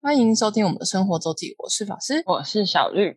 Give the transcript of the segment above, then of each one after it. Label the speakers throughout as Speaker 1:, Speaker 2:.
Speaker 1: 欢迎收听我们的生活周记，我是法师。
Speaker 2: 我是小绿。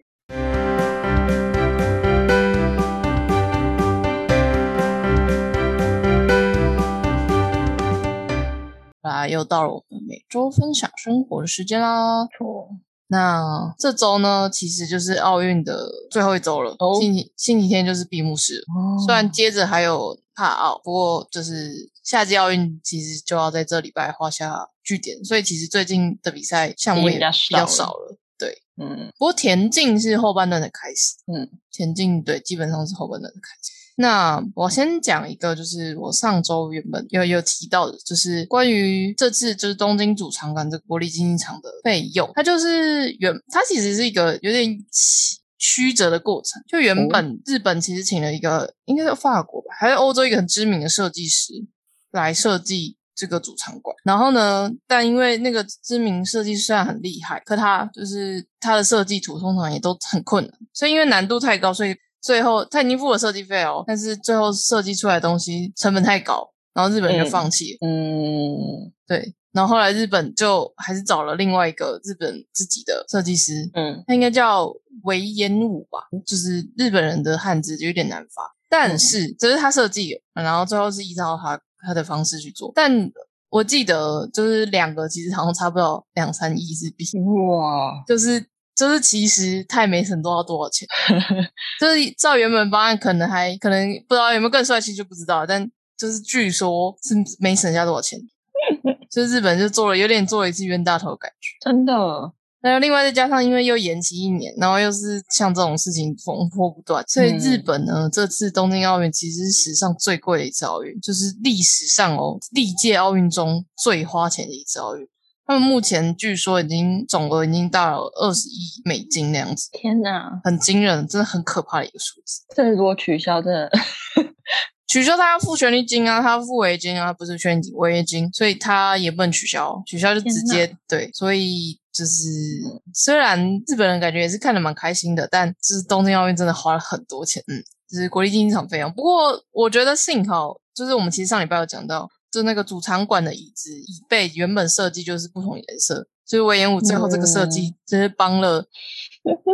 Speaker 1: 啊，又到了我们每周分享生活的时间啦。
Speaker 2: 错，
Speaker 1: 那这周呢，其实就是奥运的最后一周了，
Speaker 2: 哦
Speaker 1: 星期星期天就是闭幕式了。虽然接着还有帕奥，不过就是夏季奥运其实就要在这礼拜画下句点，所以其实最近的比赛项目
Speaker 2: 也
Speaker 1: 也比
Speaker 2: 比较
Speaker 1: 较
Speaker 2: 少
Speaker 1: 少
Speaker 2: 了
Speaker 1: 了。对，
Speaker 2: 嗯，
Speaker 1: 不过田径是后半段的开始，
Speaker 2: 嗯，
Speaker 1: 田径对基本上是后半段的开始。那我先讲一个，就是我上周原本有有提到的，就是关于这次就是东京主场馆这个国立竞技场的费用，它就是原它其实是一个有点起曲折的过程。就原本日本其实请了一个应该是法国吧，还是欧洲一个很知名的设计师来设计。这个主场馆，然后呢？但因为那个知名设计师虽然很厉害，可他就是他的设计图通常也都很困难，所以因为难度太高，所以最后他已经付了设计费哦，但是最后设计出来的东西成本太高，然后日本人就放弃了。
Speaker 2: 嗯
Speaker 1: 对，然后后来日本就还是找了另外一个日本自己的设计师，
Speaker 2: 嗯
Speaker 1: 他应该叫维延武吧，就是日本人的汉字就有点难发，但是只是他设计的，然后最后是依照他他的方式去做。但我记得就是两个其实好像差不多两三亿日币，
Speaker 2: 哇，
Speaker 1: 就是就是其实泰美省多少多少钱，就是照原本方案可能还可能不知道有没有更帅气就不知道，但就是据说是没省下多少钱，就日本就做了有点做了一次冤大头的感觉。
Speaker 2: 真的，
Speaker 1: 然后另外再加上因为又延期一年，然后又是像这种事情风波不断，所以日本呢、这次东京奥运其实是史上最贵的一次奥运，就是历史上哦历届奥运中最花钱的一次奥运。他们目前据说已经总额已经到二十亿美金那样子，
Speaker 2: 天哪，
Speaker 1: 很惊人，真的很可怕的一个数字。
Speaker 2: 这如果取消，真的，
Speaker 1: 取消他要付权利金啊，他要付违约金啊，不是权利金违约金，所以他也不能取消，取消就直接对，所以就是虽然日本人感觉也是看得蛮开心的，但就是东京奥运真的花了很多钱，嗯，就是国际竞技场费用。不过我觉得幸好，就是我们其实上礼拜有讲到，就那个主场馆的椅子椅背原本设计就是不同颜色，所以维延武最后这个设计就是帮了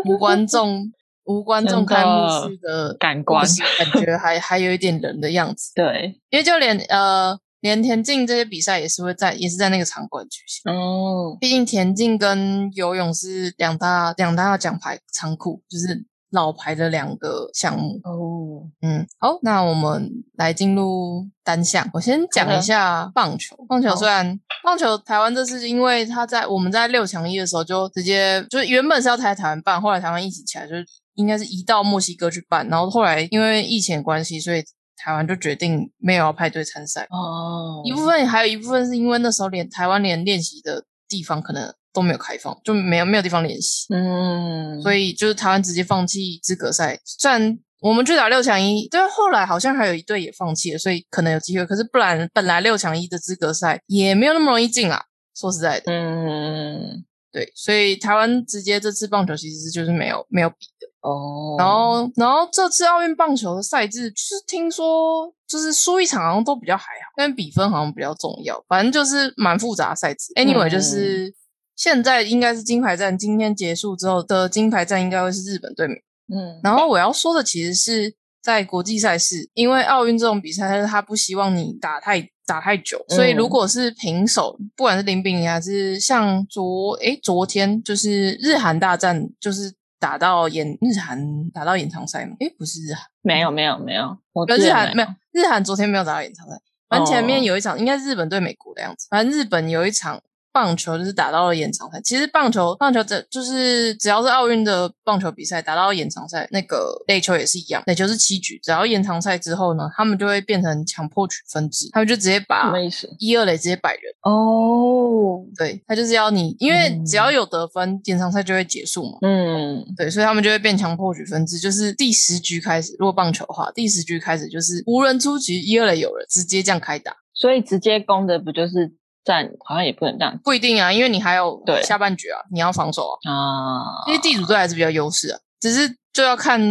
Speaker 1: 无观众。无观众开幕式的
Speaker 2: 感官，
Speaker 1: 不行感觉还还有一点人的样子
Speaker 2: 对，
Speaker 1: 因为就连呃连田径这些比赛也是会在也是在那个场馆举行。
Speaker 2: 哦，
Speaker 1: 毕竟田径跟游泳是两大两大奖牌仓库，就是老牌的两个项目。
Speaker 2: 哦，
Speaker 1: 嗯，好，那我们来进入单项。我先
Speaker 2: 好
Speaker 1: 讲
Speaker 2: 的
Speaker 1: 一下棒球。棒球
Speaker 2: 好
Speaker 1: 虽然棒球台湾这次因为他在我们在六强一的时候就直接就是原本是要台台湾办，后来台湾一起起来就是应该是移到墨西哥去办，然后后来因为疫情的关系，所以台湾就决定没有要派队参赛。
Speaker 2: 哦，
Speaker 1: 一部分还有一部分是因为那时候连台湾连练习的地方可能都没有开放，就没有没有地方练习。
Speaker 2: 嗯，
Speaker 1: 所
Speaker 2: 以
Speaker 1: 以就是台湾直接放弃资格赛。虽然我们去打六强一，但后来好像还有一队也放弃了，所以可能有机会。可是不然，本来六强一的资格赛也没有那么容易进啊。说实在的，
Speaker 2: 嗯，
Speaker 1: 对，所以台湾直接这次棒球其实就是没有没有比的。
Speaker 2: 哦，
Speaker 1: 然后，然后这次奥运棒球的赛制，就是听说就是输一场好像都比较还好，但比分好像比较重要。反正就是蛮复杂的赛制。Anyway，、
Speaker 2: 嗯
Speaker 1: 就是现在应该是金牌战，今天结束之后的金牌战应该会是日本对美
Speaker 2: 嗯，
Speaker 1: 然后我要说的其实是在国际赛事，因为奥运这种比赛，他不希望你打太打太久，所以如
Speaker 2: 嗯
Speaker 1: 果是平手，不管是零比零还是像昨诶昨天就是日韩大战，就是打到延日韩打到延长赛吗？诶，不是日韩，
Speaker 2: 没有，没有，没有，我
Speaker 1: 呃
Speaker 2: 记
Speaker 1: 日
Speaker 2: 得
Speaker 1: 韩没有日韩昨天没有打到延长赛，反正前面
Speaker 2: 欸哦
Speaker 1: 有一场、应该是日本对美国的样子，反正日本有一场。棒球就是打到了延长赛。其实棒球，棒球这就是只要是奥运的棒球比赛打到延长赛，那个垒球也是一样，垒球是七局，只要延长赛之后呢，他们就会变成强迫取分制，他们就直接
Speaker 2: 什
Speaker 1: 把
Speaker 2: 么意思？
Speaker 1: 一二垒直接摆人。
Speaker 2: 哦，
Speaker 1: 对，他就是要你，因为
Speaker 2: 嗯
Speaker 1: 只要有得分，延长赛就会结束嘛。
Speaker 2: 嗯，
Speaker 1: 对，所以他们就会变强迫取分制，就是第十局开始，如果棒球的话，第十局开始就是无人出局，一二垒有人，直接这样开打，
Speaker 2: 所以直接攻的不就是站，好像也不能这样
Speaker 1: 不一定啊，因为你还有
Speaker 2: 对
Speaker 1: 下半局啊，你要防守啊，
Speaker 2: 啊，
Speaker 1: 因为地主队还是比较优势啊，只是就要看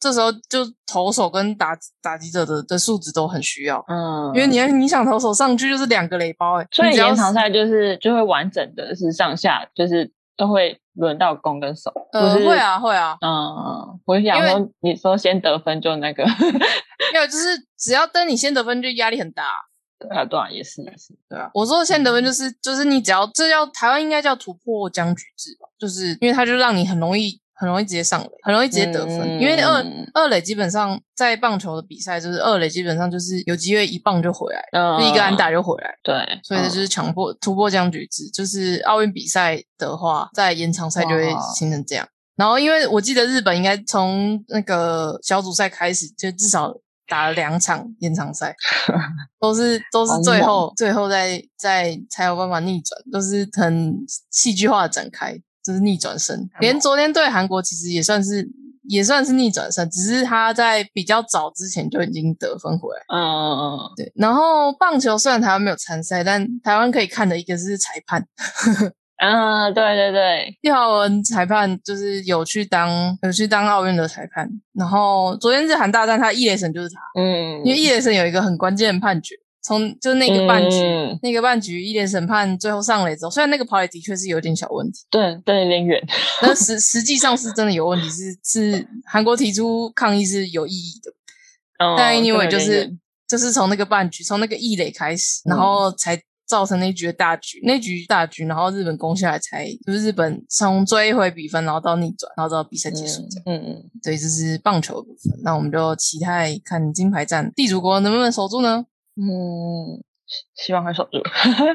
Speaker 1: 这时候就投手跟打打击者的的素质都很需要，
Speaker 2: 嗯，
Speaker 1: 因为你要你想投手上去就是两个垒包哎、欸，
Speaker 2: 所以
Speaker 1: 你只要
Speaker 2: 延长
Speaker 1: 是
Speaker 2: 赛就是就会完整的是上下，就是都会轮到攻跟守，
Speaker 1: 呃
Speaker 2: 不是
Speaker 1: 会啊会啊，
Speaker 2: 嗯，我想
Speaker 1: 因为
Speaker 2: 说，你说先得分就那个，
Speaker 1: 没有就是只要登你先得分就压力很大啊、
Speaker 2: 对啊，对啊，也是也是，
Speaker 1: 对啊，我说现在得分就是就是你只要这叫台湾应该叫突破僵局制吧，就是因为它就让你很容易很容易直接上垒，很容易直接得分，因为二
Speaker 2: 嗯
Speaker 1: 二垒基本上在棒球的比赛就是二垒基本上就是有机会一棒就回来，
Speaker 2: 嗯
Speaker 1: 就一个安打就回来，
Speaker 2: 对，嗯
Speaker 1: 所以这就是强迫突破僵局制，就是奥运比赛的话，在延长赛就会
Speaker 2: 哇
Speaker 1: 形成这样。然后因为我记得日本应该从那个小组赛开始，就至少打了两场延长 赛，都是都是
Speaker 2: 好
Speaker 1: 最
Speaker 2: 猛
Speaker 1: 后最后再再才有办法逆转，都是很戏剧化的展开，就是逆转胜。连昨天对韩国其实也算是。也算是逆转胜，只是他在比较早之前就已经得分回来了。
Speaker 2: 嗯嗯嗯，
Speaker 1: 对，然后棒球虽然台湾没有参赛，但台湾可以看的一个是裁判，
Speaker 2: 嗯，对对对，
Speaker 1: 叶华文裁判就是有去当有去当奥运的裁判。然后昨天日韩大战，他一雷神就是他，
Speaker 2: 嗯，
Speaker 1: 因为一雷神有一个很关键的判决，从就是那个半局。
Speaker 2: 嗯
Speaker 1: 那个半局一连审判最后上垒之后，虽然那个跑垒的确是有点小问题，
Speaker 2: 对对，有点远，
Speaker 1: 但实实际上是真的有问题，是是韩国提出抗议是有意义的。
Speaker 2: 嗯
Speaker 1: 但 anyway
Speaker 2: 对
Speaker 1: 就
Speaker 2: 有点
Speaker 1: 是
Speaker 2: 远
Speaker 1: 就是从那个半局，从那个异垒开始，
Speaker 2: 嗯
Speaker 1: 然后才造成那一局的大局，那局大局，然后日本攻下来才就是日本从追回比分，然后到逆转，然后到比赛结束这样。
Speaker 2: 嗯嗯，
Speaker 1: 对，这是棒球的部分。那我们就期待看金牌战地主国能不能守住呢？
Speaker 2: 嗯，希希望会守住。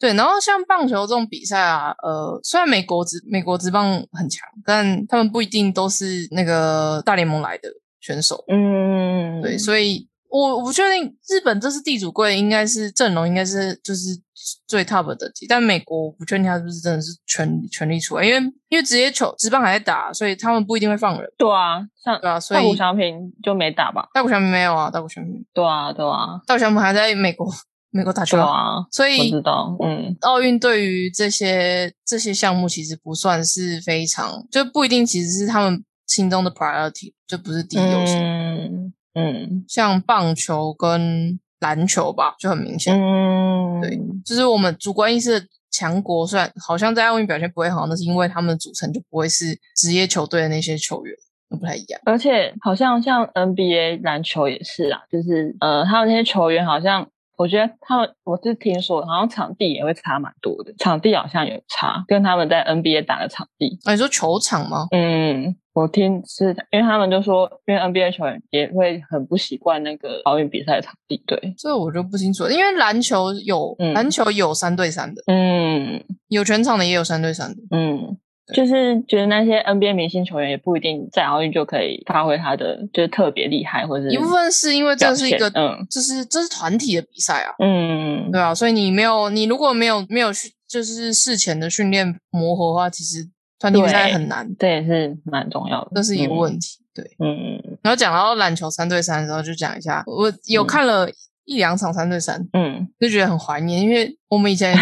Speaker 1: 对，然后像棒球这种比赛啊，呃，虽然美国职美国职棒很强，但他们不一定都是那个大联盟来的选手。
Speaker 2: 嗯，
Speaker 1: 对，所以我我不确定日本这次地主队应该是阵容应该是就是最 top 的等级，但美国我不确定他是不是真的是全全力出来，因为因为职业球职棒还在打，所以他们不一定会放人，
Speaker 2: 对啊，像
Speaker 1: 对啊，所
Speaker 2: 像
Speaker 1: 以
Speaker 2: 吴祥平就没打吧？
Speaker 1: 大谷翔平没有啊，大谷翔平
Speaker 2: 对啊，对啊，
Speaker 1: 大谷翔平还在美国美国打球
Speaker 2: 对
Speaker 1: 啊，
Speaker 2: 啊，
Speaker 1: 所
Speaker 2: 我
Speaker 1: 以
Speaker 2: 知道，嗯
Speaker 1: 奥运对于这些这些项目其实不算是非常，就不一定其实是他们心中的 priority，就不是第一优先。
Speaker 2: 嗯嗯
Speaker 1: 像棒球跟篮球吧，就很明显。
Speaker 2: 嗯，
Speaker 1: 对就是我们主观意识的强国，虽然好像在奥运表现不会好，那是因为他们的组成就不会是职业球队的那些球员，那不太一样。
Speaker 2: 而且好像像 NBA 篮球也是啊，就是呃，他们那些球员好像，我觉得他们我是听说，好像场地也会差蛮多的，场地好像有差，跟他们在 NBA 打的场地。
Speaker 1: 啊、你说球场吗？
Speaker 2: 嗯，我听是因为他们就说，因为 NBA 球员也会很不习惯那个奥运比赛的场地，对，
Speaker 1: 这我就不清楚了，因为篮球有、
Speaker 2: 嗯
Speaker 1: 篮球有三对三的，
Speaker 2: 嗯
Speaker 1: 有全场的也有三对三的。
Speaker 2: 嗯。
Speaker 1: 对
Speaker 2: 就是觉得那些 NBA 明星球员也不一定在奥运就可以发挥他的，就是特别厉害，或者
Speaker 1: 一部分是因为这是一个，
Speaker 2: 嗯表现嗯
Speaker 1: 就是这是团体的比赛啊，
Speaker 2: 嗯
Speaker 1: 对啊，所以你没有你如果没有没有去就是事前的训练磨合的话，其实团体比赛
Speaker 2: 对
Speaker 1: 很难，
Speaker 2: 这也是蛮重要的，
Speaker 1: 这是一个
Speaker 2: 嗯
Speaker 1: 问题。对，
Speaker 2: 嗯
Speaker 1: 然后讲到篮球三对三的时候，就讲一下，我有
Speaker 2: 嗯
Speaker 1: 看了一两场三对三，
Speaker 2: 嗯，
Speaker 1: 就觉得很怀念，因为我们以 前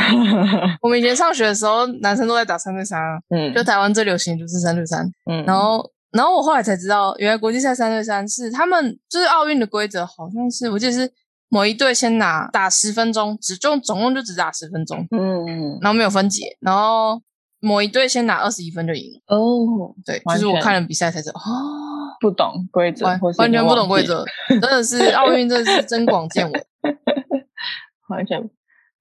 Speaker 1: 我们以前上学的时候，男生都在打三对三啊，
Speaker 2: 嗯，
Speaker 1: 就台湾最流行的就是三对三。
Speaker 2: 嗯，
Speaker 1: 然后，然后我后来才知道，原来国际赛三对三是他们就是奥运的规则，好像是我记得是某一队先拿打十分钟，只就总共就只打十分钟，
Speaker 2: 嗯
Speaker 1: 然后没有分解，然后某一队先拿二十一分就赢了。
Speaker 2: 哦，
Speaker 1: 对，就
Speaker 2: 完
Speaker 1: 是我
Speaker 2: 全
Speaker 1: 看了比赛才知道哦。
Speaker 2: 不懂规则
Speaker 1: 完，
Speaker 2: 或是
Speaker 1: 完
Speaker 2: 你
Speaker 1: 全不
Speaker 2: 忘
Speaker 1: 懂规
Speaker 2: 记，
Speaker 1: 则，真的 是奥运，真的是增广见闻。
Speaker 2: 完全。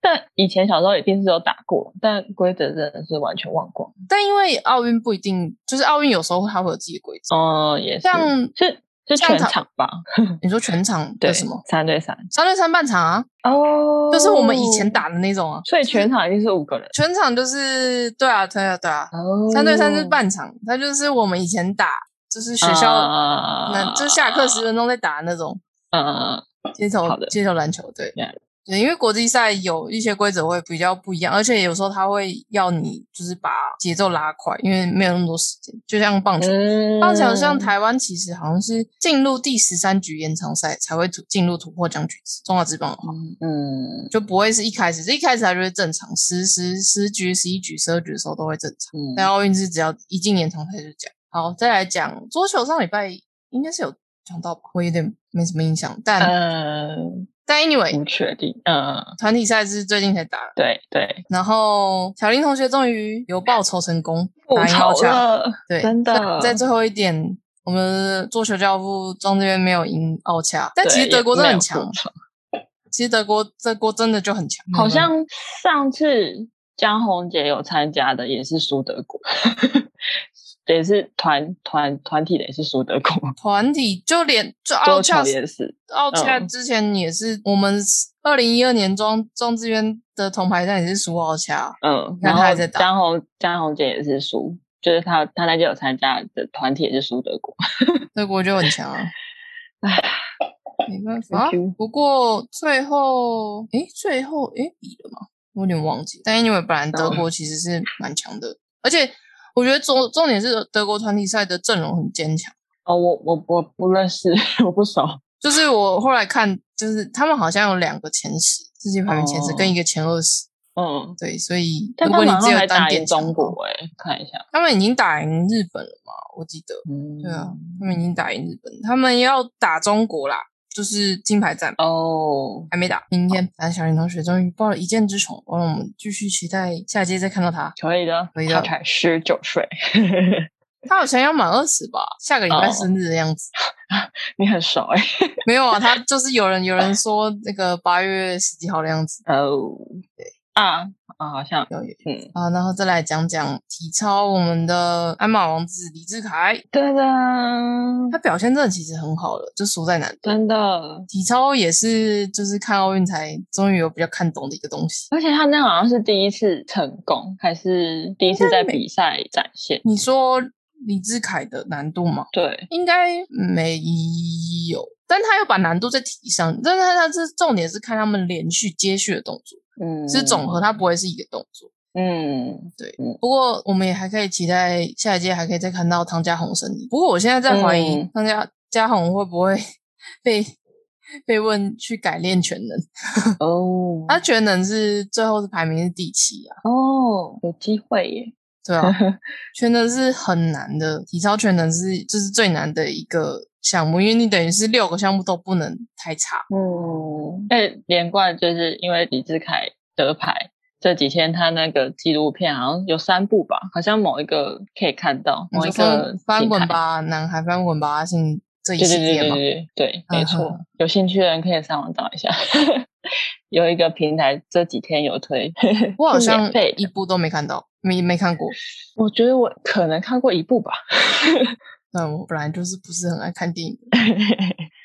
Speaker 2: 但以前小时候一定是有打过，但规则真的是完全忘光。
Speaker 1: 但因为奥运不一定，就是奥运有时候它会有自己的规则。
Speaker 2: 哦，也是，
Speaker 1: 像
Speaker 2: 是是
Speaker 1: 像
Speaker 2: 全
Speaker 1: 他
Speaker 2: 场吧？
Speaker 1: 你说全场
Speaker 2: 对，
Speaker 1: 的什么
Speaker 2: 三对三？
Speaker 1: 三对三半场啊，
Speaker 2: 哦
Speaker 1: 就是我们以前，打的那种啊。
Speaker 2: 所以全场一定是五个人。
Speaker 1: 全场就是对啊，对啊，对啊，
Speaker 2: 哦
Speaker 1: 三对三是半场，它就是我们以前打，就是学校
Speaker 2: 啊
Speaker 1: 那
Speaker 2: 那
Speaker 1: 就下课十分钟再打的那种
Speaker 2: 嗯
Speaker 1: 街头
Speaker 2: 好的
Speaker 1: 街头篮球，对
Speaker 2: 原来。
Speaker 1: 对，因为国际赛有一些规则会比较不一样，而且有时候他会要你就是把节奏拉快，因为没有那么多时间。就像棒球，
Speaker 2: 嗯，
Speaker 1: 棒球像台湾其实好像是进入第十三局延长赛才会突进入突破僵局制，中华职棒的话
Speaker 2: 嗯，嗯
Speaker 1: 就不会是一开始，这一开始它就会正常，十十十局、十一局、十二局的时候都会正常。
Speaker 2: 嗯，
Speaker 1: 但奥运是只要一进延长赛就这样。好，再来讲桌球，上礼拜应该是有讲到吧，我有点没什么印象，但、
Speaker 2: 呃，
Speaker 1: 但 anyway，
Speaker 2: 不确定，呃，
Speaker 1: 团体赛是最近才打的，
Speaker 2: 对对，
Speaker 1: 然后小林同学终于有报仇成 功，
Speaker 2: 不
Speaker 1: 打赢
Speaker 2: 愁
Speaker 1: 奥恰
Speaker 2: 了，
Speaker 1: 对，
Speaker 2: 真的
Speaker 1: 在在最后一点，我们做球教父庄这边没有赢奥恰，但
Speaker 2: 对
Speaker 1: 其实德国真的很。
Speaker 2: 也没
Speaker 1: 强嗯
Speaker 2: 有不，愁
Speaker 1: 其实德国德国真的就很强，
Speaker 2: 好像上次江宏杰有参加的也是输德国， 也是团团团体的也是输德国，
Speaker 1: 团体就连就奥
Speaker 2: 桌
Speaker 1: 恰
Speaker 2: 球也是，
Speaker 1: 奥恰
Speaker 2: 嗯
Speaker 1: 之前也是、我们二零一二年庄庄志渊的铜牌战也是输奥恰，
Speaker 2: 嗯，
Speaker 1: 那
Speaker 2: 然
Speaker 1: 他还
Speaker 2: 后
Speaker 1: 在打
Speaker 2: 江宏江宏杰也是输，就是他他那届有参加的团体也是输德国，
Speaker 1: 德国就很强、啊。
Speaker 2: 唉
Speaker 1: 没办法
Speaker 2: Thank you，
Speaker 1: 不过最后，诶，最后诶比了吗？我有点忘记。但 anyway，本来德
Speaker 2: 嗯
Speaker 1: 国其实是蛮强的，而且我觉得重重点是德国团体赛的阵容很坚强。
Speaker 2: 哦，我我我不 认识，我不熟，
Speaker 1: 就是我后来看，就是他们好像有两个前十，世界排名前十
Speaker 2: 哦
Speaker 1: 跟一个前二十。
Speaker 2: 嗯，
Speaker 1: 对，所以
Speaker 2: 但
Speaker 1: 如
Speaker 2: 他
Speaker 1: 果
Speaker 2: 们
Speaker 1: 你
Speaker 2: 好
Speaker 1: 只
Speaker 2: 像
Speaker 1: 有
Speaker 2: 还
Speaker 1: 单
Speaker 2: 打
Speaker 1: 点
Speaker 2: 赢
Speaker 1: 强
Speaker 2: 中
Speaker 1: 的话，
Speaker 2: 国哎、看一下，
Speaker 1: 他们已经打赢日本了嘛？我记得，
Speaker 2: 嗯，
Speaker 1: 对啊，他们已经打赢日本，他们要打中国啦，就是金牌战。
Speaker 2: 哦，
Speaker 1: 还没打，明天反正小林同学终于报了一箭之仇，让我们继续期待下一届再看到他。
Speaker 2: 可以的，
Speaker 1: 可以的
Speaker 2: 他才十九岁，
Speaker 1: 他好像要满二十吧，下个礼拜
Speaker 2: 哦
Speaker 1: 生日的样子。
Speaker 2: 你很熟哎、
Speaker 1: 没有啊，他就是有人有人说那个八月十几号的样子。
Speaker 2: 哦，对啊啊，好像
Speaker 1: 有有有
Speaker 2: 嗯，
Speaker 1: 啊，然后再来讲讲体操，我们的鞍马王子李志凯，
Speaker 2: 噔噔，
Speaker 1: 他表现真的其实很好了，就输在难度。
Speaker 2: 真的，
Speaker 1: 体操也是，就是看奥运才终于有比较看懂的一个东西。
Speaker 2: 而且他那好像是第一次成功，还是第一次在
Speaker 1: 应该没
Speaker 2: 比赛展现？
Speaker 1: 你说李志凯的难度吗？
Speaker 2: 对，
Speaker 1: 应该没有，但他又把难度再提上，但是他他这重点是看他们连续接续的动作，
Speaker 2: 嗯，
Speaker 1: 是总和，，它不会是一个动作。
Speaker 2: 嗯，
Speaker 1: 对
Speaker 2: 嗯，
Speaker 1: 不过我们也还可以期待下一届还可以再看到汤家红身影。不过我现在在怀疑
Speaker 2: 嗯
Speaker 1: 汤家家红会 不会被被问去改练全能？
Speaker 2: 哦，
Speaker 1: 他全能是最后是排名是第七啊，
Speaker 2: 哦，有机会耶，
Speaker 1: 对 啊， 全能是很难的，体操全能是这、是最难的一个项目，因为你等于是六个项目都不能太差。哦
Speaker 2: 嗯，哎，连贯就是因为李志凯得牌。这几天他那个纪录片好像有三部吧，好像某一个可以看到，
Speaker 1: 你
Speaker 2: 某
Speaker 1: 就
Speaker 2: 一个
Speaker 1: 翻翻滚
Speaker 2: 平台
Speaker 1: 吧，男孩翻滚吧，性这一
Speaker 2: 对
Speaker 1: 系
Speaker 2: 对对
Speaker 1: 列
Speaker 2: 对
Speaker 1: 嘛。
Speaker 2: 对对，
Speaker 1: 嗯
Speaker 2: 没错。有兴趣的人可以上网找一下， 有一个平台这几天有推，
Speaker 1: 我好
Speaker 2: 是免
Speaker 1: 像
Speaker 2: 费的
Speaker 1: 一部都没看到，没没看过。
Speaker 2: 我觉得我可能看过一 部吧。
Speaker 1: 那我本来就是不是很爱看电影的。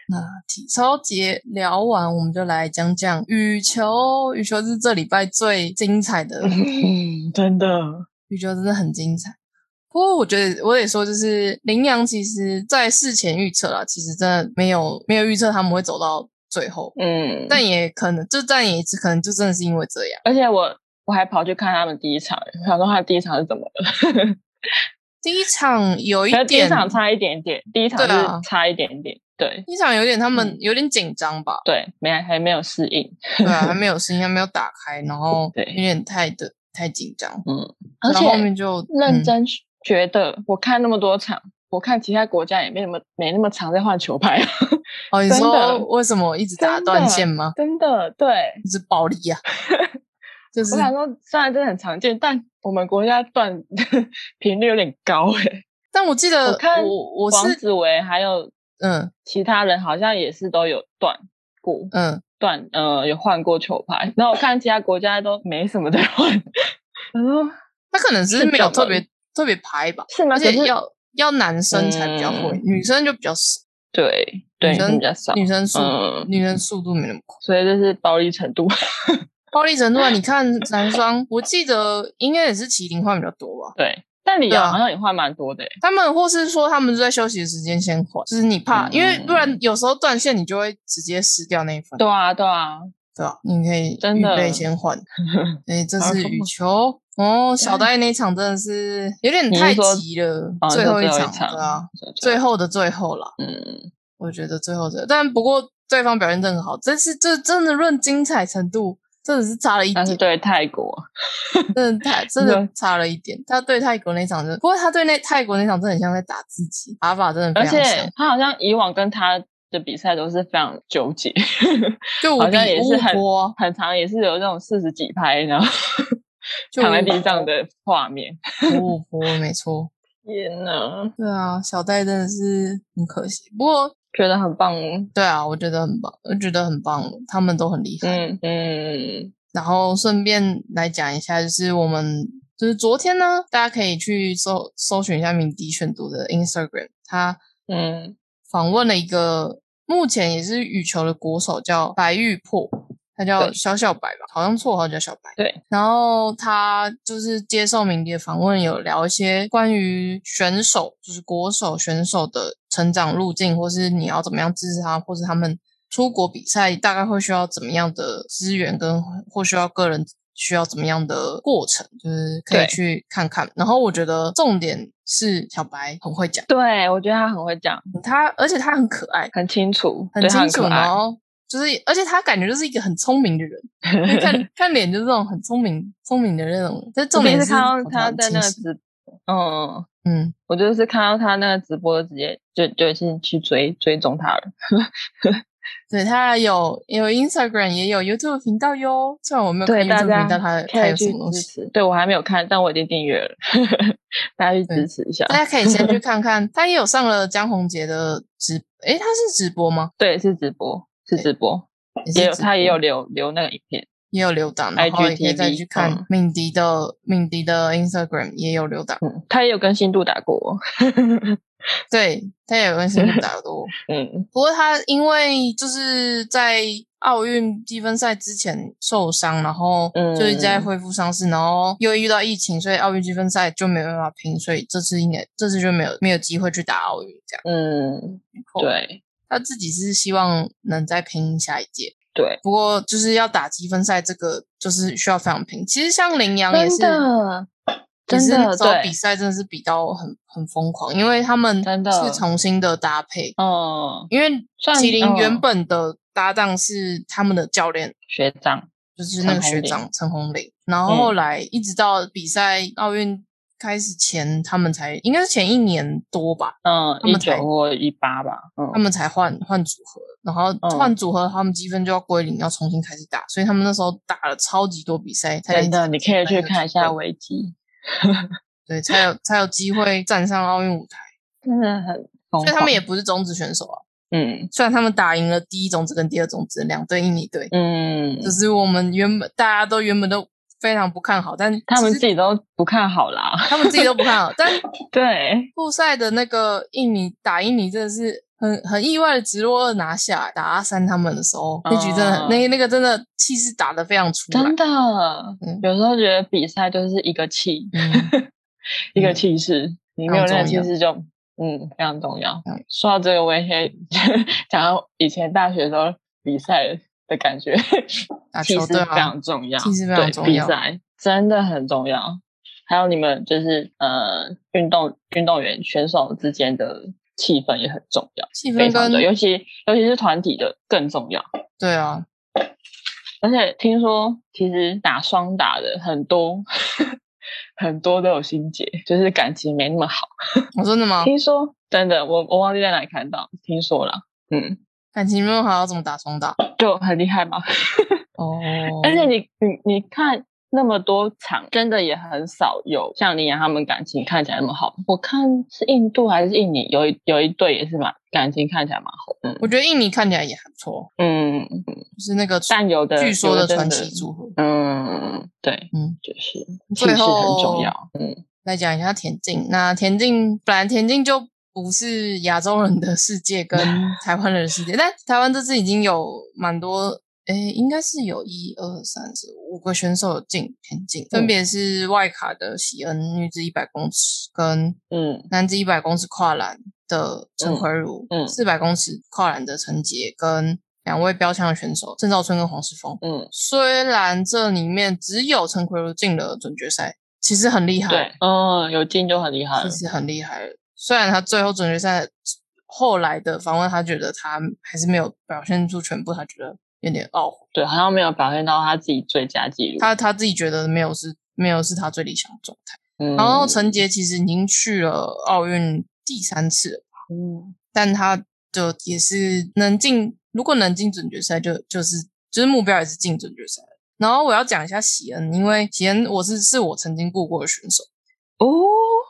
Speaker 1: 那体操节聊完，我们就来讲讲羽球。羽球是这礼拜最精彩的，
Speaker 2: 嗯真的，
Speaker 1: 羽球真嗯的很精彩。不过我觉得我得说，就是林洋其实在事前预测啦，其实真的没有没有预测他们会走到最后，
Speaker 2: 嗯，
Speaker 1: 但也可能就但也可能就真的是因为这样。
Speaker 2: 而且我我还跑去看他们第一场，想说他第一场是怎么了，
Speaker 1: 第一场有一
Speaker 2: 可是第一
Speaker 1: 点，
Speaker 2: 场差一点点，第一场
Speaker 1: 对啊
Speaker 2: 是差一点点，对
Speaker 1: 第一场有点他们
Speaker 2: 嗯，
Speaker 1: 有点紧张吧
Speaker 2: 对，没还没有适应，
Speaker 1: 对啊，还没有声音，还没有打开，然后有
Speaker 2: 对
Speaker 1: 点太的太紧张，
Speaker 2: 嗯，而
Speaker 1: 然
Speaker 2: 且
Speaker 1: 后后面就
Speaker 2: 认
Speaker 1: 嗯
Speaker 2: 真觉得，我看那么多场，我看其他国家也没那么没那么常在换球拍。
Speaker 1: 哦，你
Speaker 2: 真的
Speaker 1: 说为什么一直打
Speaker 2: 真的
Speaker 1: 断线吗？
Speaker 2: 真的，对
Speaker 1: 一直暴力 呀，就是
Speaker 2: 我想说，虽然真的很常见，但我们国家断 频率有点高哎、
Speaker 1: 但我记得
Speaker 2: 我看
Speaker 1: 呃我我
Speaker 2: 王
Speaker 1: 是
Speaker 2: 子维还有
Speaker 1: 嗯
Speaker 2: 其他人好像也是都有断过，
Speaker 1: 嗯，
Speaker 2: 断呃有换过球拍。然后我看其他国家都没什么在换， 我
Speaker 1: 哦
Speaker 2: 说
Speaker 1: 他可能只
Speaker 2: 是
Speaker 1: 是没有
Speaker 2: 怎么
Speaker 1: 特别特别拍吧，
Speaker 2: 是吗？
Speaker 1: 而
Speaker 2: 可
Speaker 1: 且
Speaker 2: 是
Speaker 1: 要要男生才比较会
Speaker 2: 嗯，
Speaker 1: 女生就比较少，
Speaker 2: 对对
Speaker 1: 女生
Speaker 2: 比较少，
Speaker 1: 女生速
Speaker 2: 嗯，
Speaker 1: 女生速度没那么快。
Speaker 2: 所以这是暴力程度。
Speaker 1: 暴力程度啊，你看男双，我记得应该也是麒麟换比较多吧。
Speaker 2: 对，但李
Speaker 1: 对
Speaker 2: 阳
Speaker 1: 啊
Speaker 2: 好像也换蛮多的、欸，
Speaker 1: 他们或是说他们就在休息的时间先换，就是你怕，
Speaker 2: 嗯
Speaker 1: 因为不然有时候断线你就会直接失掉那一分，
Speaker 2: 对啊对啊，
Speaker 1: 对吧？你可以
Speaker 2: 真
Speaker 1: 预
Speaker 2: 的嗯
Speaker 1: 备先换。所以这
Speaker 2: 好
Speaker 1: 是羽球哦，小戴那一场真的是有点
Speaker 2: 你是
Speaker 1: 太
Speaker 2: 说
Speaker 1: 急了，
Speaker 2: 哦
Speaker 1: 最
Speaker 2: 就
Speaker 1: 后一
Speaker 2: 最后一
Speaker 1: 场
Speaker 2: 场
Speaker 1: 对啊，
Speaker 2: 最
Speaker 1: 最后的最后啦，
Speaker 2: 嗯，
Speaker 1: 我觉得最后的，但不过对方表现真的很好，这是这真的论精彩程度，真的是差了一
Speaker 2: 但
Speaker 1: 点
Speaker 2: 是，对泰国，
Speaker 1: 真 的太真的差了一点。他对泰国那场真的，不过他对那泰国那场真的很像在打自己，打法真的
Speaker 2: 而
Speaker 1: 非常
Speaker 2: 且
Speaker 1: 像。
Speaker 2: 他好像以往跟他的比赛都是非常纠结，
Speaker 1: 就我
Speaker 2: 好
Speaker 1: 比
Speaker 2: 像也
Speaker 1: 吴
Speaker 2: 是很
Speaker 1: 波，
Speaker 2: 很常也是有那种四十几拍，然后
Speaker 1: 就
Speaker 2: 躺在地上的画面。
Speaker 1: 吴波没错。
Speaker 2: 天呐，
Speaker 1: 对啊，小戴真的是很可惜。不过
Speaker 2: 觉得很棒哦。
Speaker 1: 对啊，我觉得很棒，我觉得很棒，他们都很厉害。
Speaker 2: 嗯嗯，
Speaker 1: 然后顺便来讲一下，就是我们就是昨天呢，大家可以去搜搜寻一下鸣笛选读的 Instagram，他
Speaker 2: 嗯，
Speaker 1: 访问了一个目前也是羽球的国手，叫白玉破，他叫
Speaker 2: 对
Speaker 1: 小小白吧，好像绰号叫小白。
Speaker 2: 对，
Speaker 1: 然后他就是接受鸣笛的访问，有聊一些关于选手，就是国手选手的成长路径，或是你要怎么样支持他，或是他们出国比赛大概会需要怎么样的资源，跟或需要个人需要怎么样的过程，就是可以
Speaker 2: 对
Speaker 1: 去看看。然后我觉得重点是小白很会讲，
Speaker 2: 对，我觉得他很会讲，
Speaker 1: 他而且他很可爱，
Speaker 2: 很清楚，
Speaker 1: 很
Speaker 2: 对他
Speaker 1: 清楚，哦
Speaker 2: 可爱
Speaker 1: 然 后就是而且他感觉就是一个很聪明的人。因为 看看脸就是那种很聪明、聪明的那种。这重
Speaker 2: 我第一
Speaker 1: 点
Speaker 2: 次
Speaker 1: 是
Speaker 2: 看到
Speaker 1: 头脑
Speaker 2: 他
Speaker 1: 很
Speaker 2: 在
Speaker 1: 清
Speaker 2: 那个
Speaker 1: 晰
Speaker 2: 直，嗯，
Speaker 1: 嗯，
Speaker 2: 我就是看到他那个直播，直接就就已经去追追踪他了。
Speaker 1: 对他有有 Instagram 也有 YouTube 频道哟。虽然我没有看
Speaker 2: 对大
Speaker 1: YouTube 频
Speaker 2: 家
Speaker 1: 道，他他
Speaker 2: 可以
Speaker 1: 有什
Speaker 2: 去
Speaker 1: 么东
Speaker 2: 支
Speaker 1: 西，
Speaker 2: 持。对我还没有看，但我已经订阅了，大家去支持一下。
Speaker 1: 大家可以先 去看看。他也有上了江宏杰的直，诶，他是直播吗？
Speaker 2: 对，是直播，是直播，
Speaker 1: 是
Speaker 2: 也有
Speaker 1: 直
Speaker 2: 他也
Speaker 1: 播
Speaker 2: 有留留那个影片。
Speaker 1: 也有留档，然后也可以再
Speaker 2: IGTV
Speaker 1: 去看
Speaker 2: 嗯
Speaker 1: 敏迪的敏迪的 Instagram 也有留档。
Speaker 2: 嗯，他也有跟新度打过。
Speaker 1: 对，他也有跟新闻打多。
Speaker 2: 嗯，
Speaker 1: 不过他因为就是在奥运积分赛之前受伤，然后
Speaker 2: 嗯
Speaker 1: 就一直在恢复伤势，然后又遇到疫情，所以奥运积分赛就没有办法拼，所以这次应该这次就没有没有机会去打奥运这样。
Speaker 2: 嗯，，对
Speaker 1: 他自己是希望能再拼下一届，
Speaker 2: 对，
Speaker 1: 不过就是要打积分赛这个就是需要非常拼。其实像羚羊也
Speaker 2: 真
Speaker 1: 是。
Speaker 2: 的，
Speaker 1: 也
Speaker 2: 真
Speaker 1: 是那
Speaker 2: 的
Speaker 1: 时候比
Speaker 2: 对，
Speaker 1: 赛真的是比到很很疯狂，因为他们
Speaker 2: 真的
Speaker 1: 是重新的搭配，
Speaker 2: 嗯，
Speaker 1: 因为
Speaker 2: 算
Speaker 1: 麒麟原
Speaker 2: 嗯
Speaker 1: 本的搭档是他们的教练，
Speaker 2: 学长，
Speaker 1: 就是那个学长陈红林。然
Speaker 2: 嗯
Speaker 1: 后后来一直到比赛奥运开始前，他们才应该是前一年多吧，
Speaker 2: 嗯，
Speaker 1: 他
Speaker 2: 一
Speaker 1: 们才
Speaker 2: 九或一八吧，嗯
Speaker 1: 他，们才换换组合。然后
Speaker 2: 嗯
Speaker 1: 换组合，他们积分就要归零，要重新开始打。所以他们那时候打了超级多比赛，才
Speaker 2: 真的，你可以去看一下
Speaker 1: 对
Speaker 2: 维基，
Speaker 1: 对，才有才有机会站上奥运舞台。
Speaker 2: 真的很疯狂。
Speaker 1: 所以他们也不是种子选手啊，
Speaker 2: 嗯
Speaker 1: 虽然他们打赢了第一种子跟第二种子两队印尼队，
Speaker 2: 嗯，
Speaker 1: 只是我们原本大家都原本都非常不看好，但
Speaker 2: 他们
Speaker 1: 其
Speaker 2: 自
Speaker 1: 实
Speaker 2: 己都不看好啦。
Speaker 1: 他们自己都不看好，但
Speaker 2: 对，
Speaker 1: 复赛的那个印尼打印尼真的是很很意外的直落二拿下，打阿三他们的时候，那局真的很、
Speaker 2: 哦
Speaker 1: 那那个真的气势打得非常出来
Speaker 2: 真，的，
Speaker 1: 嗯
Speaker 2: 有时候觉得比赛就是一个气，
Speaker 1: 嗯
Speaker 2: 一个
Speaker 1: 嗯
Speaker 2: 气势，你没有
Speaker 1: 非常
Speaker 2: 那个
Speaker 1: 重要
Speaker 2: 气势就嗯非常重要
Speaker 1: 嗯。
Speaker 2: 说到这个，我也可以 讲到以前大学的时候比赛的感觉，
Speaker 1: 打
Speaker 2: 气
Speaker 1: 球
Speaker 2: 势
Speaker 1: 队
Speaker 2: 非
Speaker 1: 啊，
Speaker 2: 常重要，
Speaker 1: 气势非常
Speaker 2: 对
Speaker 1: 重
Speaker 2: 比
Speaker 1: 要
Speaker 2: 赛真的很重要。还有你们就是呃运动运动员选手之间的气氛也很重要，
Speaker 1: 气
Speaker 2: 非
Speaker 1: 氛
Speaker 2: 常的，
Speaker 1: 跟
Speaker 2: 尤其尤其是团体的更重要。
Speaker 1: 对啊，
Speaker 2: 而且听说，其实打双打的很多， 很多都有心结，就是感情没那么好。
Speaker 1: 我哦真的吗？
Speaker 2: 听说真的，我我忘记在哪里看到，听说了，嗯，
Speaker 1: 感情没有好要怎么打双 打
Speaker 2: 就很厉 害嘛。
Speaker 1: 哦，
Speaker 2: 而且你你你看那么多场，真的也很少有像林雅他们感情看起来那么好。我看是印度还是印尼，有一有一对也是蛮感情看起来蛮好，嗯
Speaker 1: 我觉得印尼看起来也还不错，
Speaker 2: 嗯，
Speaker 1: 就是那个
Speaker 2: 但有的
Speaker 1: 据说
Speaker 2: 有
Speaker 1: 的
Speaker 2: 真
Speaker 1: 传奇组合。
Speaker 2: 嗯，对，
Speaker 1: 嗯
Speaker 2: 嗯，就是气
Speaker 1: 最
Speaker 2: 势很
Speaker 1: 后
Speaker 2: 重要，嗯。
Speaker 1: 来讲一下田径。那田径本来田径就不是亚洲人的世界 跟台湾人的世界，但台湾这次已经有蛮多，诶，应该是有一二三四五个选手有进田径，分
Speaker 2: 嗯
Speaker 1: 别是外卡的喜恩女子一百公尺跟
Speaker 2: 嗯
Speaker 1: 男子一百公尺跨栏的陈
Speaker 2: 嗯
Speaker 1: 奎儒，
Speaker 2: 嗯
Speaker 1: 四百公尺跨栏的陈杰跟两位标枪的选手郑兆春跟黄世峰。
Speaker 2: 嗯，
Speaker 1: 虽然这里面只有陈奎儒进了准决赛，其实很厉害，
Speaker 2: 对，嗯，有进就很厉害了
Speaker 1: 其。实很厉害了。虽然他最后总决赛后来的访问，他觉得他还是没有表现出全部他觉得有点懊悔，
Speaker 2: 对，好像没有表现到他自己最佳记录。
Speaker 1: 他他自己觉得没有是没有是他最理想的状态。
Speaker 2: 嗯
Speaker 1: 然后陈杰其实已经去了奥运第三次了，
Speaker 2: 嗯
Speaker 1: 但他就也是能进，如果能进准决赛就，就是就是目标也是进准决赛。然后我要讲一下喜恩，因为喜恩我是是我曾经雇过的选手，
Speaker 2: 哦，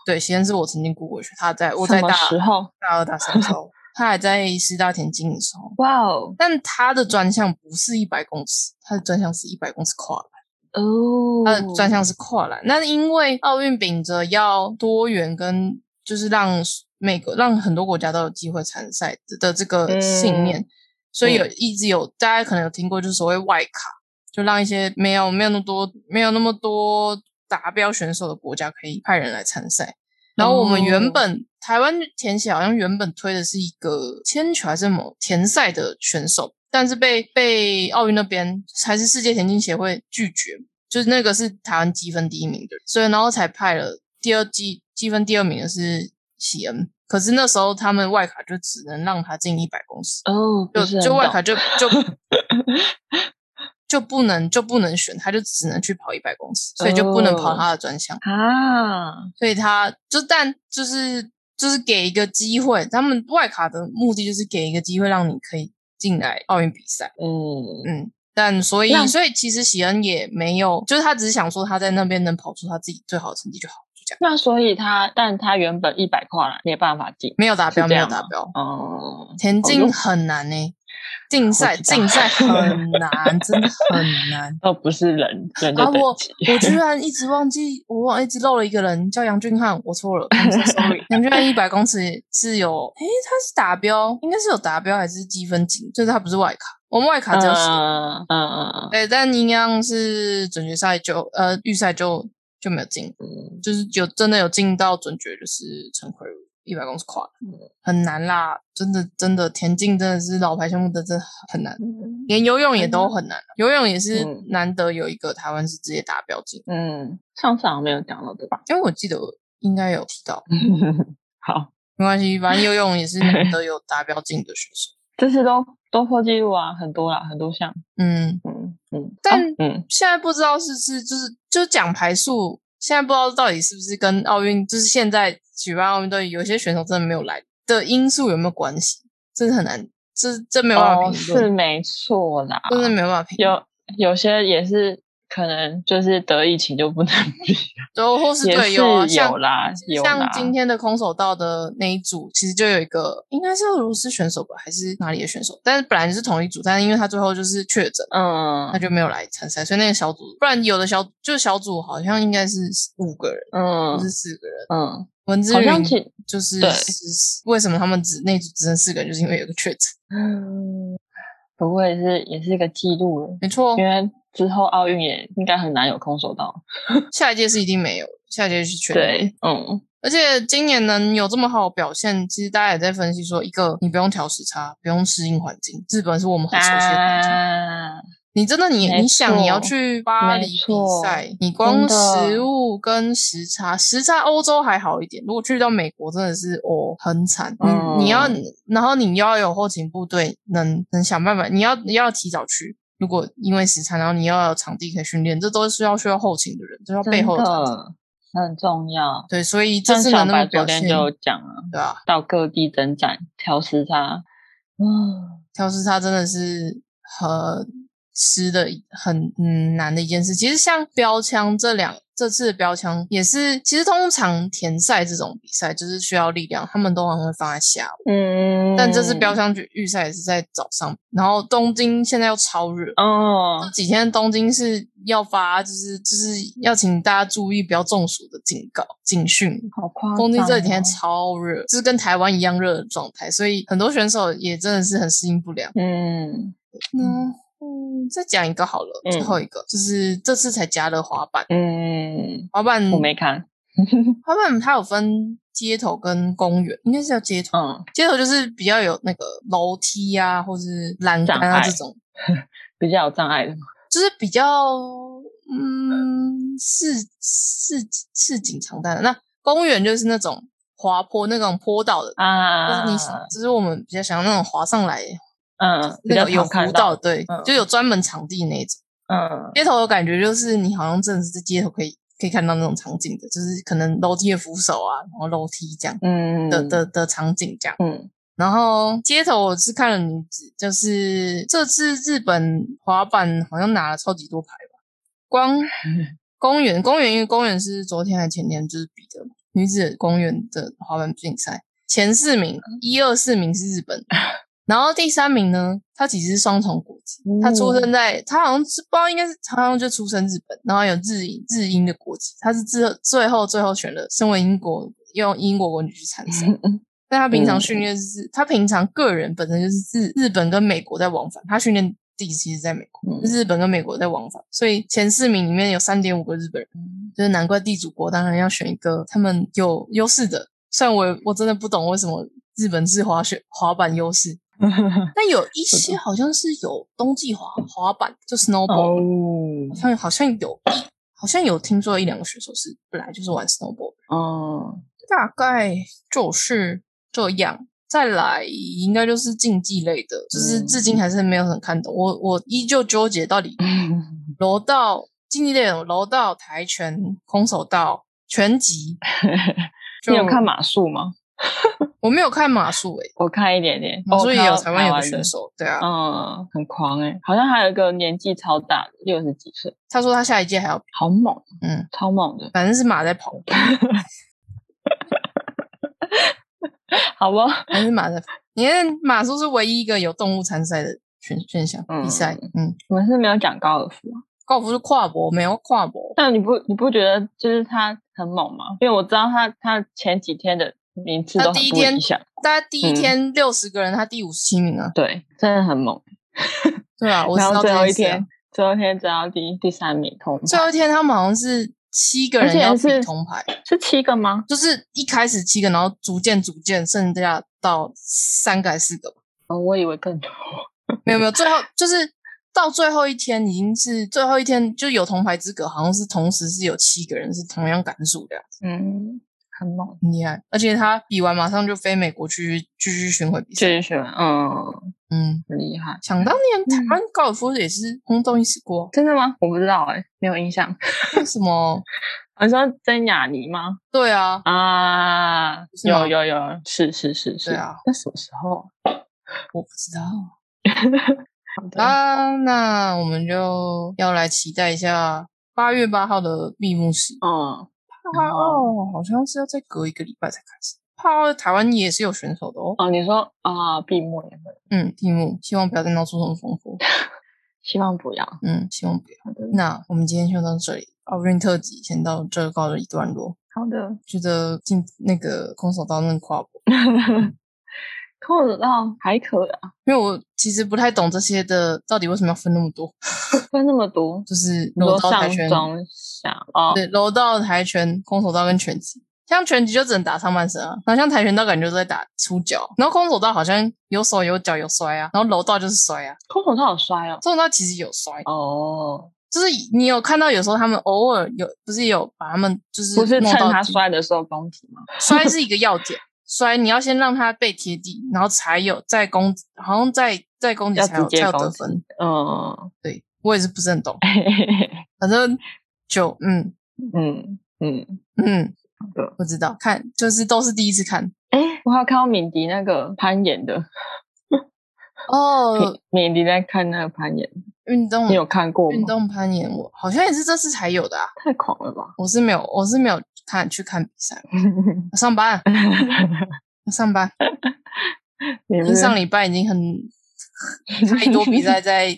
Speaker 1: 对，喜恩是我曾经雇过的选手，他在我
Speaker 2: 什
Speaker 1: 在
Speaker 2: 么
Speaker 1: 大
Speaker 2: 时候？
Speaker 1: 大二大三的时 候，他还在师大田径的时候，
Speaker 2: 哇哦
Speaker 1: 但他的专项不是一百公尺，他的专项是一百公尺跨栏，
Speaker 2: 哦，
Speaker 1: 他的专呃项是跨栏。那因为奥运秉着要多元跟就是让每个让很多国家都有机会参赛的这个信念，所以有一直有大家可能有听过，就是所谓外卡，就让一些没有没有那么多没有那么多达标选手的国家可以派人来参赛。然后我们原本、台湾田协好像原本推的是一个铅球还是某田赛的选手，但是被被奥运那边还是世界田径协会拒绝，就是那个是台湾积分第一名的，所以然后才派了第二积积分第二名的是喜恩，可是那时候他们外卡就只能让他进一百公尺，
Speaker 2: 哦，不是
Speaker 1: 就
Speaker 2: 很
Speaker 1: 就外
Speaker 2: 懂
Speaker 1: 卡就就 就不能就不能选，他就只能去跑一百公尺，所以就不能跑
Speaker 2: 哦
Speaker 1: 他的专项。
Speaker 2: 啊，
Speaker 1: 所以他就但就是就是给一个机会，他们外卡的目的就是给一个机会让你可以进来奥运比赛，
Speaker 2: 嗯
Speaker 1: 嗯。但所以
Speaker 2: 那
Speaker 1: 所以其实喜恩也没有，就是他只是想说他在那边能跑出他自己最好的成绩就好，就这样，
Speaker 2: 那所以他，但他原本一百跨栏没办法进，
Speaker 1: 没有达标，
Speaker 2: 是这
Speaker 1: 没有
Speaker 2: 样
Speaker 1: 达
Speaker 2: 吗
Speaker 1: 标。
Speaker 2: 哦，
Speaker 1: 田
Speaker 2: 哦
Speaker 1: 径
Speaker 2: 哟
Speaker 1: 很难呢、竞赛
Speaker 2: 知道
Speaker 1: 竞 赛很难，真的很难。
Speaker 2: 都不是人人的
Speaker 1: 啊，我
Speaker 2: 等级，
Speaker 1: 我 居然一直忘记，我忘一直漏了一个人，叫杨俊翰，我错了，I'm so，sorry。杨俊 翰一百公尺是有，诶，他是达标，应该是有达标还是积分锦，就是他不是外卡，我们外卡只有十，
Speaker 2: 嗯嗯嗯
Speaker 1: 对，但一样是准决赛就呃预赛就就没有进，
Speaker 2: 嗯，
Speaker 1: 就是有真的有进到准决就是陈奎儒一百公尺跨栏
Speaker 2: 嗯，
Speaker 1: 很难啦，真的真的田径真的是老牌项目的，真的很难。
Speaker 2: 嗯
Speaker 1: 连游泳也都很难，啊游泳也是
Speaker 2: 嗯
Speaker 1: 难得有一个台湾是直接达标进。
Speaker 2: 嗯，上次好像没有讲到对吧？
Speaker 1: 因为我记得我应该有提到，
Speaker 2: 好，
Speaker 1: 没关系，反正游泳也 是难得有达标进的选手。
Speaker 2: 这次都都破纪录啊，很多啦，很多项，
Speaker 1: 嗯，
Speaker 2: 嗯嗯，
Speaker 1: 但
Speaker 2: 啊嗯
Speaker 1: 现在不知道是是就是就奖牌数，现在不知道到底是不是跟奥运就是现在举办奥运队有些选手真的没有来的因素有没有关系，真的很难，这这没有办法
Speaker 2: 哦
Speaker 1: 评论，
Speaker 2: 是没错啦，
Speaker 1: 真的没有办法评论，
Speaker 2: 有有些也是可能就是得疫情就不能 比，
Speaker 1: 都或是
Speaker 2: 也
Speaker 1: 队友啊，
Speaker 2: 是
Speaker 1: 像
Speaker 2: 有啦有
Speaker 1: 像
Speaker 2: 啦，
Speaker 1: 今天的空手道的那一组，其实就有一个应该是俄罗斯选手吧，还是哪里的选手？但是本来是同一组，但是因为他最后就是确诊，
Speaker 2: 嗯
Speaker 1: 他就没有来参赛，所以那个小组，不然有的小就是小组好像应该是五个人，
Speaker 2: 嗯
Speaker 1: 不是四个人。
Speaker 2: 嗯，
Speaker 1: 文之
Speaker 2: 好像
Speaker 1: 云
Speaker 2: 其
Speaker 1: 就是
Speaker 2: 对
Speaker 1: 十为什么他们只那组只剩四个人，就是因为有个确诊，
Speaker 2: 嗯，不过也是也是一个记录了，
Speaker 1: 没错哦
Speaker 2: 因，为之后奥运也应该很难有空手道。
Speaker 1: 下一届是一定没有，下一届是全对。
Speaker 2: 对，嗯，
Speaker 1: 而且今年能有这么好的表现，其实大家也在分析说，一个你不用调时差，不用适应环境，日本是我们很熟悉的环境。
Speaker 2: 啊，
Speaker 1: 你真的你
Speaker 2: 没
Speaker 1: 你想你要
Speaker 2: 错
Speaker 1: 去巴黎
Speaker 2: 没
Speaker 1: 比
Speaker 2: 错
Speaker 1: 赛，你光
Speaker 2: 真的
Speaker 1: 食物跟时差，时差欧洲还好一点，如果去到美国真的是哦很惨。
Speaker 2: 嗯
Speaker 1: 你你要然后你要有后勤部队，能能想办法，你要你要提早去。如果因为时差，然后你要有场地可以训练，这都是要需要后勤的人，这要背
Speaker 2: 真
Speaker 1: 后的团队。
Speaker 2: 的很重要。
Speaker 1: 对，所以这
Speaker 2: 像
Speaker 1: 次
Speaker 2: 小
Speaker 1: 能那么
Speaker 2: 白昨
Speaker 1: 表
Speaker 2: 天
Speaker 1: 现，
Speaker 2: 就有讲了，
Speaker 1: 对啊，
Speaker 2: 到各地征战调时差，嗯，
Speaker 1: 调试它真的是很吃的很嗯难的一件事。其实像标枪这两这次的标枪也是，其实通常田赛这种比赛就是需要力量，他们都还会放在下午。
Speaker 2: 嗯，
Speaker 1: 但这次标枪局预赛也是在早上，然后东京现在又超热。
Speaker 2: 哦
Speaker 1: 这，几天东京是要发，就是就是要请大家注意不要中暑的警告警讯，
Speaker 2: 好夸张哦，
Speaker 1: 东京这几天超热，就是跟台湾一样热的状态，所以很多选手也真的是很适应不良。
Speaker 2: 嗯
Speaker 1: 嗯，嗯，再讲一个好了，
Speaker 2: 嗯
Speaker 1: 最后一个就是这次才加了滑板，
Speaker 2: 嗯，
Speaker 1: 滑板
Speaker 2: 我没看，
Speaker 1: 滑板它有分街头跟公园，应该是叫街头，
Speaker 2: 嗯，
Speaker 1: 街头就是比较有那个楼梯啊，或是栏杆啊
Speaker 2: 障碍
Speaker 1: 这种，
Speaker 2: 比较有障碍的，
Speaker 1: 就是比较嗯市市市井常态的。那公园就是那种滑坡那种坡道的，就是
Speaker 2: 啊，
Speaker 1: 你就是我们比较想要那种滑上来
Speaker 2: 嗯，比
Speaker 1: 那
Speaker 2: 较
Speaker 1: 个有
Speaker 2: 常看
Speaker 1: 湖道，对，
Speaker 2: 嗯
Speaker 1: 就有专门场地那一种。
Speaker 2: 嗯
Speaker 1: 街头的感觉就是你好像真的是在街头可以可以看到那种场景的，就是可能楼梯的扶手啊，然后楼梯这样
Speaker 2: 嗯
Speaker 1: 的的的场景这样。
Speaker 2: 嗯
Speaker 1: 然后街头我是看了女子，就是这次日本滑板好像拿了超级多牌吧， 光公园公园因为公园是昨天还前天就是比的女子公园的滑板竞赛，前四名一二四名是日 本。然后第三名呢，他其实是双重国籍，他出生在他好像是不知道应该是他好像就出生日本，然后有日英日英的国籍，他是最后最后最后选了身为英国用英国国籍去参 赛，但他平常
Speaker 2: 嗯
Speaker 1: 训练是、他平常个人本身就是日日本跟美国在往返，他训练地其实在美国，
Speaker 2: 嗯
Speaker 1: 日本跟美国在往返，所以前四名里面有三点五个日本人，
Speaker 2: 嗯
Speaker 1: 就是难怪地主国当然要选一个他们有优势的。虽然我我真的不懂为什么日本是滑雪滑板优势，但有一些好像是有冬季滑滑板，就 snowboard，、
Speaker 2: 哦
Speaker 1: 好像好像有一，好像有听说一两个选手是本来就是玩 snowboard。
Speaker 2: 哦
Speaker 1: 大概就是这样。再来应该就是竞技类的，就是至
Speaker 2: 嗯
Speaker 1: 今还是没有很看懂。我我依旧纠结到底
Speaker 2: 嗯
Speaker 1: 柔道竞技类有柔道、跆拳、空手道、拳 击。就
Speaker 2: 你有看？马术吗？
Speaker 1: 我没有看马术诶、
Speaker 2: 我看一点点，
Speaker 1: 马术
Speaker 2: 我
Speaker 1: 也
Speaker 2: 哦看
Speaker 1: 有
Speaker 2: 到
Speaker 1: 台湾有个
Speaker 2: 的
Speaker 1: 选。手，对啊，
Speaker 2: 嗯，很狂哎、好像还有一个年纪超大的，六十几岁，
Speaker 1: 他说他下一届还要比，
Speaker 2: 好猛，
Speaker 1: 嗯，
Speaker 2: 超猛的，
Speaker 1: 反正是马在跑，
Speaker 2: 好不好？
Speaker 1: 还是马在跑。因为马术是唯一一个有动物参赛的选选项
Speaker 2: 嗯
Speaker 1: 比赛，嗯，
Speaker 2: 我们是没有讲高尔夫啊，
Speaker 1: 高尔夫是跨国，没有跨国，
Speaker 2: 但你不你不觉得就是他很猛吗？因为我知道他他前几天的名次
Speaker 1: 他
Speaker 2: 都很
Speaker 1: 第一
Speaker 2: 不
Speaker 1: 天
Speaker 2: 理想，
Speaker 1: 大家第一
Speaker 2: 嗯
Speaker 1: 天六十个人，他第五十七名啊。
Speaker 2: 对，真的很猛。
Speaker 1: 对啊，我知
Speaker 2: 然后
Speaker 1: 道
Speaker 2: 最
Speaker 1: 这
Speaker 2: 后
Speaker 1: 件
Speaker 2: 一
Speaker 1: 事啊
Speaker 2: 天，最后一天只要第第三名铜
Speaker 1: 最
Speaker 2: 牌，
Speaker 1: 后一天他们好像是七个
Speaker 2: 而
Speaker 1: 人
Speaker 2: 且
Speaker 1: 要比
Speaker 2: 是
Speaker 1: 铜牌，
Speaker 2: 是七个吗？
Speaker 1: 就是一开始七个，然后逐渐逐渐剩下到三个还是四个吧，
Speaker 2: 哦，我以为更多。
Speaker 1: 没有没有，最后就是到最后一天已经是最后一天就有铜牌资格，好像是同时是有七个人是同样杆数的啊，
Speaker 2: 嗯，很猛。
Speaker 1: 很厉害。而且他比完马上就飞美国去继续巡回比
Speaker 2: 确
Speaker 1: 赛，
Speaker 2: 实是，嗯，
Speaker 1: 嗯。
Speaker 2: 很厉害。
Speaker 1: 想当年，台
Speaker 2: 嗯，
Speaker 1: 湾高尔夫也是轰动一时过啊
Speaker 2: 真的吗？我不知道哎、没有印象。啊
Speaker 1: 为什么？
Speaker 2: 你说真雅尼吗？
Speaker 1: 对啊，
Speaker 2: 啊，
Speaker 1: 是吗
Speaker 2: 有有有，是是是是。
Speaker 1: 对啊，
Speaker 2: 那什么时候
Speaker 1: 我不知道。
Speaker 2: 啊？
Speaker 1: 啊，那我们就要来期待一下八月八号的闭幕式。
Speaker 2: 嗯，
Speaker 1: 帕奥好像是要再隔一个礼拜才开始。帕奥台湾也是有选手的哦。
Speaker 2: 哦，你说啊，闭幕也会，
Speaker 1: 嗯，闭幕，希望不要再闹出什么风波。
Speaker 2: 希望不要。
Speaker 1: 嗯，希望不要。
Speaker 2: 好的，
Speaker 1: 那我们今天就到这里，奥运特辑先到这告了一段落。
Speaker 2: 好的。
Speaker 1: 觉得进那个空手道那个跨步，
Speaker 2: 扣得到还可以啊，
Speaker 1: 因为我其实不太懂这些的，到底为什么要分那么多？
Speaker 2: 分那么多，
Speaker 1: 就是
Speaker 2: 你说
Speaker 1: 柔道、跆
Speaker 2: 上
Speaker 1: 拳、
Speaker 2: 中下哦，
Speaker 1: 对，柔道、跆拳、空手道跟拳击。像拳击就只能打上半身啊，然后像跆拳道感觉都在打出脚，然后空手道好像有手有脚有摔啊，然后柔道就是摔啊，
Speaker 2: 空手道好摔哦。
Speaker 1: 空手道其实有摔，
Speaker 2: 哦，
Speaker 1: 就是你有看到有时候他们偶尔有不是有把他们就是
Speaker 2: 不是
Speaker 1: 弄
Speaker 2: 趁
Speaker 1: 到
Speaker 2: 他
Speaker 1: 地
Speaker 2: 摔的时候攻击吗？
Speaker 1: 摔是一个要点，摔你要先让他被贴地，然后才有再攻，好像再再攻击
Speaker 2: 要
Speaker 1: 才有
Speaker 2: 直接
Speaker 1: 才有得
Speaker 2: 攻击
Speaker 1: 分。
Speaker 2: 嗯，
Speaker 1: 对我也是不是很懂，反正就嗯
Speaker 2: 嗯嗯，
Speaker 1: 嗯
Speaker 2: 好的。
Speaker 1: 不知道看就是都是第一次看
Speaker 2: 哎，我还有看到敏迪那个攀岩的，
Speaker 1: 哦，
Speaker 2: 敏迪在看那个攀岩，
Speaker 1: 运动
Speaker 2: 你有看过
Speaker 1: 嗯运
Speaker 2: 吗？
Speaker 1: 动攀岩我，好像也是这次才有的啊。
Speaker 2: 太狂了吧！
Speaker 1: 我是没有，我是没有看去看比 赛，我上班，我上班。
Speaker 2: 你
Speaker 1: 因
Speaker 2: 不
Speaker 1: 为
Speaker 2: 是
Speaker 1: 上礼拜已经很太 多比赛在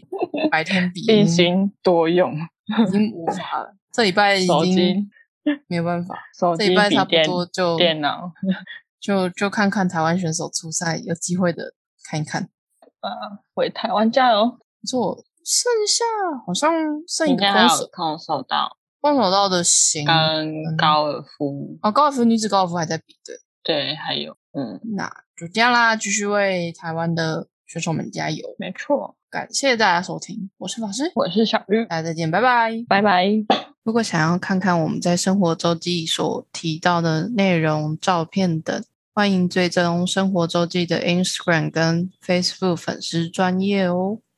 Speaker 1: 白天比，
Speaker 2: 一
Speaker 1: 已经
Speaker 2: 心多用，
Speaker 1: 已经无法了。这礼拜已
Speaker 2: 手
Speaker 1: 经
Speaker 2: 机
Speaker 1: 没有办法，
Speaker 2: 手
Speaker 1: 这
Speaker 2: 机
Speaker 1: 礼拜
Speaker 2: 笔
Speaker 1: 差不
Speaker 2: 电
Speaker 1: 多就
Speaker 2: 电脑，
Speaker 1: 就就看看台湾选手出赛，有机会的看一看。
Speaker 2: 呃，为台湾加油！
Speaker 1: 可是我剩下好像剩一
Speaker 2: 你
Speaker 1: 个空
Speaker 2: 家还有
Speaker 1: 手嗯
Speaker 2: 空手道
Speaker 1: 空手道的行，
Speaker 2: 跟高尔夫，
Speaker 1: 哦，高尔夫女子高尔夫还在比对。
Speaker 2: 对，还有嗯，
Speaker 1: 那就这样啦，继续为台湾的选手们加油！
Speaker 2: 没错，
Speaker 1: 感谢大家收听，我是法师，
Speaker 2: 我是小玉，
Speaker 1: 大家再见，拜拜。
Speaker 2: 拜拜。
Speaker 1: 如果想要看看我们在生活周记所提到的内容、照片等，欢迎追踪生活周记的 Instagram 跟 Facebook 粉丝专业哦。